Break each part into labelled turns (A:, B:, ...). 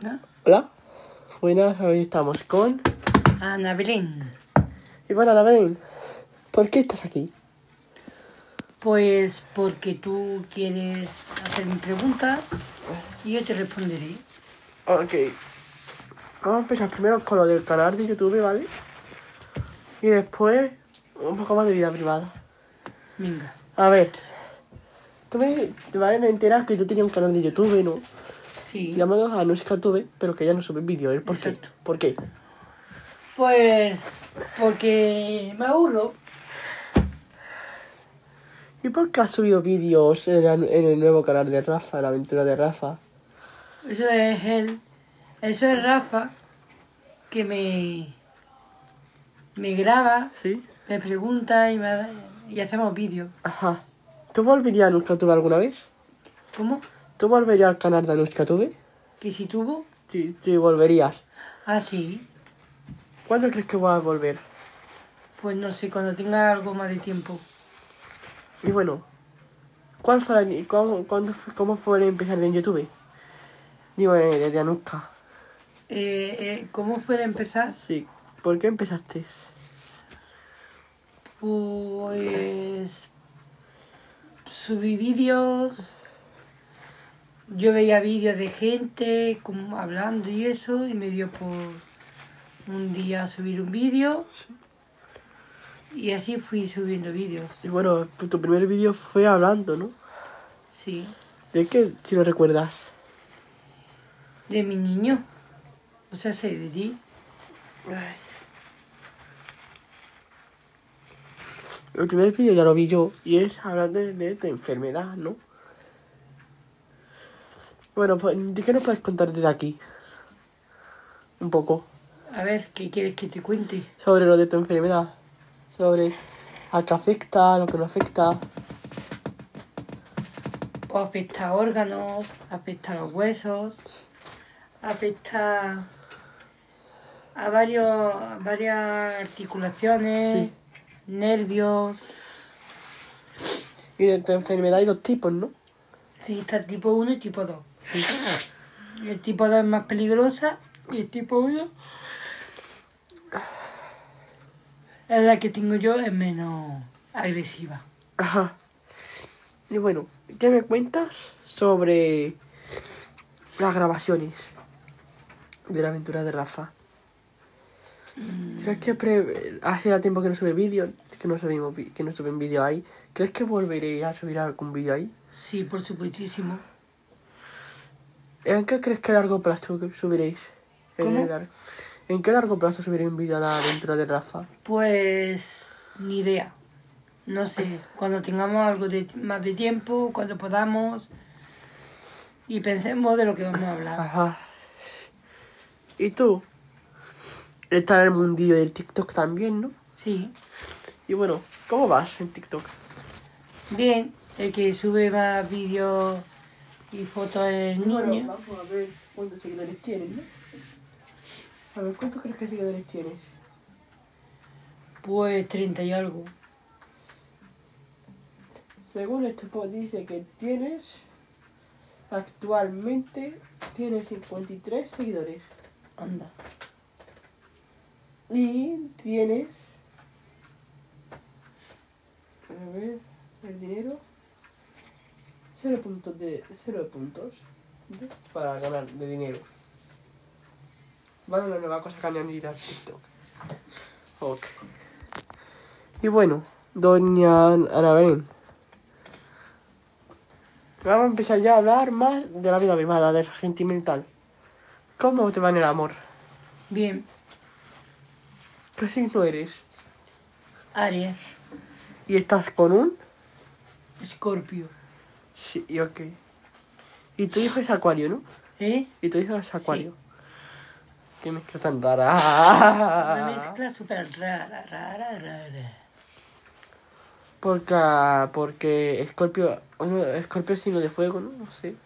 A: ¿No?
B: Hola, buenas, hoy estamos con
A: Ana Belén.
B: Ivana Labrín. ¿Por qué estás aquí?
A: Pues porque tú quieres hacerme preguntas y yo te responderé.
B: Ok, vamos a empezar primero con lo del canal de YouTube, ¿vale? Y después un poco más de vida privada.
A: Venga.
B: A ver, tú me, ¿vale? me enteras que yo tenía un canal de YouTube, ¿no?
A: Sí.
B: Llamado Anuska Tuve, pero que ya no sube vídeo, ¿eh? ¿Por qué?
A: Exacto.
B: ¿Por qué?
A: Pues porque me aburro.
B: ¿Y por qué has subido vídeos en, la- en el nuevo canal de Rafa, la aventura de Rafa?
A: Eso es él. Eso es Rafa que me, me graba,
B: Sí.
A: me pregunta y, me da- y hacemos vídeos.
B: Ajá. ¿Tú volverías a Anuska Tuve alguna vez?
A: ¿Cómo?
B: ¿Tú volverías al canal de Anuska Tuve?
A: ¿Que si tuvo?
B: Sí, sí, volverías.
A: Ah, sí.
B: ¿Cuándo crees que vas a volver?
A: Pues no sé, cuando tenga algo más de tiempo.
B: Y bueno, ¿cuál fue la ni- cómo, cuándo fue- cómo fue empezar en YouTube? Digo, eh, desde Anuska.
A: Eh, eh, ¿Cómo fue a empezar?
B: Sí. ¿Por qué empezaste?
A: Pues subí vídeos, yo veía vídeos de gente como hablando y eso, y me dio por un día subir un vídeo, y así fui subiendo vídeos,
B: Y bueno, pues, tu primer vídeo fue hablando, ¿no?
A: sí,
B: ¿De qué, si lo recuerdas?
A: de mi niño, o sea, se de ti.
B: El primer vídeo ya lo vi yo y es hablando de, de tu enfermedad, ¿no? Bueno, pues, ¿de qué nos puedes contar desde aquí? Un poco.
A: A ver, ¿qué quieres que te cuente?
B: Sobre lo de tu enfermedad. Sobre a qué afecta, lo que no afecta.
A: O afecta a órganos, afecta a los huesos, afecta a, varios, a varias articulaciones, nervios.
B: Y de tu enfermedad hay dos tipos, ¿no?
A: Sí, está tipo 1 y tipo 2. El tipo 2 es más peligrosa y el tipo 1 es la que tengo yo, es menos agresiva.
B: Ajá. Y bueno, ¿qué me cuentas sobre las grabaciones de la aventura de Rafa? ¿Crees que pre- hace ya tiempo que no sube vídeo, que no subimos vi- que no suben vídeo ahí? ¿Crees que volveré a subir algún vídeo ahí?
A: Sí, por supuestísimo.
B: ¿En qué crees que a largo plazo que subiréis? En,
A: ¿Cómo?
B: el lar- ¿En qué largo plazo subiré un vídeo a la aventura de Rafa?
A: Pues ni idea. No sé, cuando tengamos algo de, más de tiempo, cuando podamos y pensemos de lo que vamos a hablar.
B: Ajá. ¿Y tú? Está en el mundillo del TikTok también, ¿no?
A: Sí.
B: Y bueno, ¿cómo vas en TikTok?
A: Bien, el que sube más vídeos y fotos es el niño.
B: vamos a ver cuántos seguidores tienes, ¿no? A ver, ¿cuántos crees que seguidores tienes?
A: Pues 30 y algo.
B: Según este post dice que tienes, actualmente tienes 53 seguidores.
A: Anda.
B: Y tienes... A ver, el dinero... Cero puntos de... Cero puntos de- para ganar de dinero. Vale, una nueva cosa que añadir a TikTok. Ok. Y bueno, doña Ana Belén. Vamos a empezar ya a hablar más de la vida privada, de lo sentimental. ¿Cómo te va en el amor?
A: Bien,
B: ¿Qué signo eres?
A: Aries,
B: ¿Y estás con un?
A: Escorpio.
B: Sí, y ok. Y tu hijo es acuario, ¿no?
A: ¿Eh?
B: Y tu hijo es acuario.
A: Sí.
B: Qué mezcla tan rara.
A: Una mezcla súper rara, rara, rara.
B: Porque, porque Escorpio, uno- Escorpio es signo de fuego, ¿no? No sé.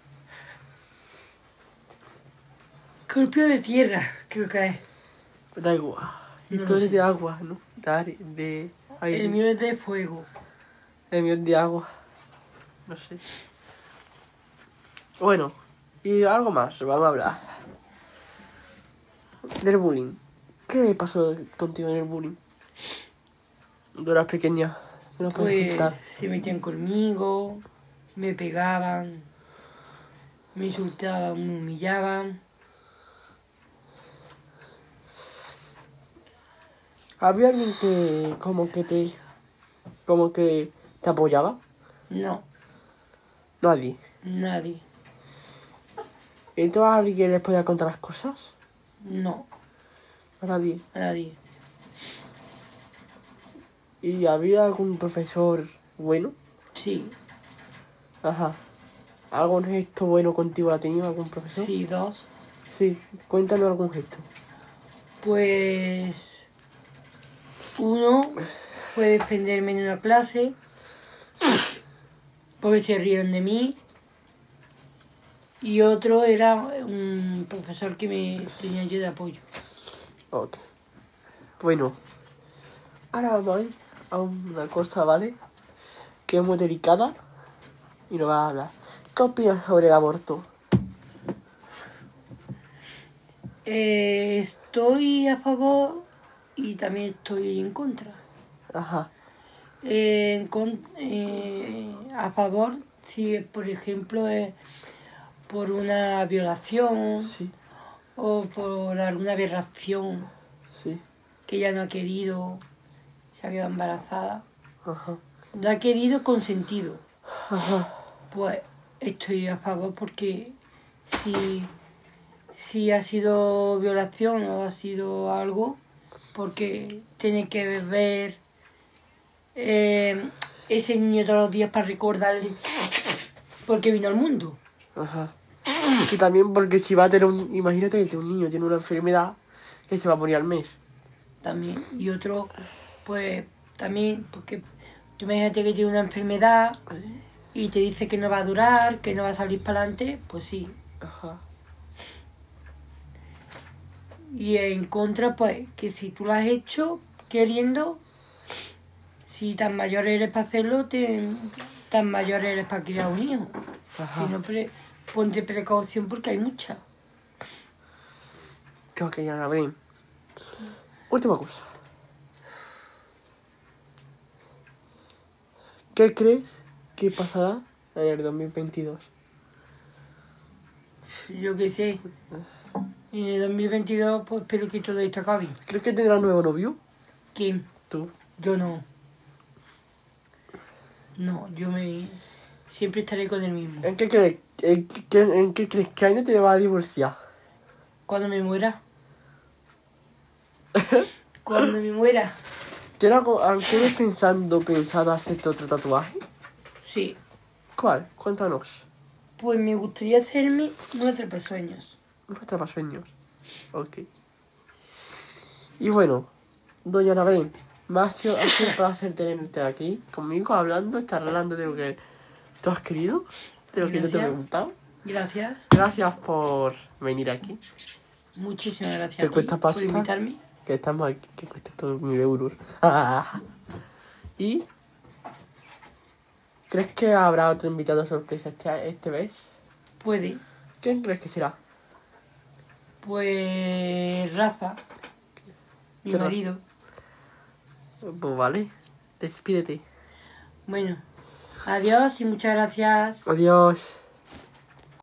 A: Escorpio de tierra, creo que es.
B: Da igual. Y
A: No
B: tú
A: lo
B: eres
A: sé.
B: de agua, ¿no? De, aire- de aire.
A: El mío es de fuego.
B: El mío es de agua. No sé. Bueno, y algo más, vamos a hablar. Del bullying. ¿Qué pasó contigo en el bullying? Cuando eras pequeña. ¿Me lo puedes
A: Pues
B: contar?
A: se metían conmigo, me pegaban, me insultaban, me humillaban.
B: ¿Había alguien que como que te como que te apoyaba?
A: No,
B: Nadie.
A: nadie,
B: ¿Entonces alguien les podía contar las cosas?
A: no,
B: A nadie.
A: nadie.
B: ¿Y había algún profesor bueno?
A: Sí,
B: Ajá. ¿Algún gesto bueno contigo la tenía algún profesor?
A: sí, dos.
B: Sí, cuéntanos algún gesto.
A: Pues uno fue defenderme en una clase porque se rieron de mí. Y otro era un profesor que me tenía yo de apoyo.
B: Ok. Bueno. Ahora vamos a ir a una cosa, ¿vale? Que es muy delicada y no va a hablar. ¿Qué opinas sobre el aborto?
A: Eh, estoy a favor y también estoy en contra.
B: Ajá.
A: Eh, en con- eh, a favor si, por ejemplo, es por una violación
B: Sí,
A: o por alguna aberración
B: sí.
A: que ya no ha querido, se ha quedado embarazada.
B: Ajá.
A: No ha querido consentido.
B: Ajá.
A: Pues estoy a favor porque si, si ha sido violación o ha sido algo, porque tiene que ver eh, ese niño todos los días para recordarle porque vino al mundo.
B: Ajá. Y también porque si va a tener un... Imagínate que un niño tiene una enfermedad que se va a morir al mes.
A: también y otro pues también porque tú imagínate que tiene una enfermedad y te dice que no va a durar que no va a salir para adelante pues sí
B: Ajá.
A: y en contra pues que si tú lo has hecho queriendo si tan mayor eres para hacerlo te- tan mayor eres para criar un hijo
B: Ajá.
A: si no pre- ponte precaución porque hay mucha
B: Creo que ya la abrí. Última cosa. ¿Qué crees que pasará en el 2022?
A: yo qué sé en el 2022 pues espero que todo esto acabe
B: ¿Crees que tendrá nuevo novio?
A: que
B: Tú.
A: Yo no. No, yo me. Siempre estaré con el mismo.
B: ¿En qué crees? ¿En qué, en qué crees? ¿Qué año te va a divorciar?
A: Cuando me muera. Cuando me muera.
B: ¿Tienes algo- ¿Tienes pensando, pensado hacerte otro tatuaje?
A: Sí.
B: ¿Cuál? Cuéntanos.
A: Pues me gustaría hacerme un atrapasueños.
B: Nuestra sueños. Ok. Y bueno, doña Anabel, me ha sido, ha sido un placer tenerte aquí conmigo, hablando, charlando de lo que tú has querido, de lo que yo te he
A: Gracias.
B: preguntado.
A: Gracias.
B: Gracias por venir aquí,
A: Muchísimas gracias.
B: ¿Te
A: a ti
B: cuesta
A: por
B: pasar?
A: invitarme.
B: que estamos aquí, que cuesta todo mil euros. ¿Y crees que habrá otro invitado sorpresa este, este mes?
A: Puede.
B: ¿Quién crees que será?
A: Pues. Rafa. Mi
B: ¿Qué Rafa?
A: marido.
B: Pues vale, despídete.
A: Bueno. Adiós y muchas gracias.
B: Adiós.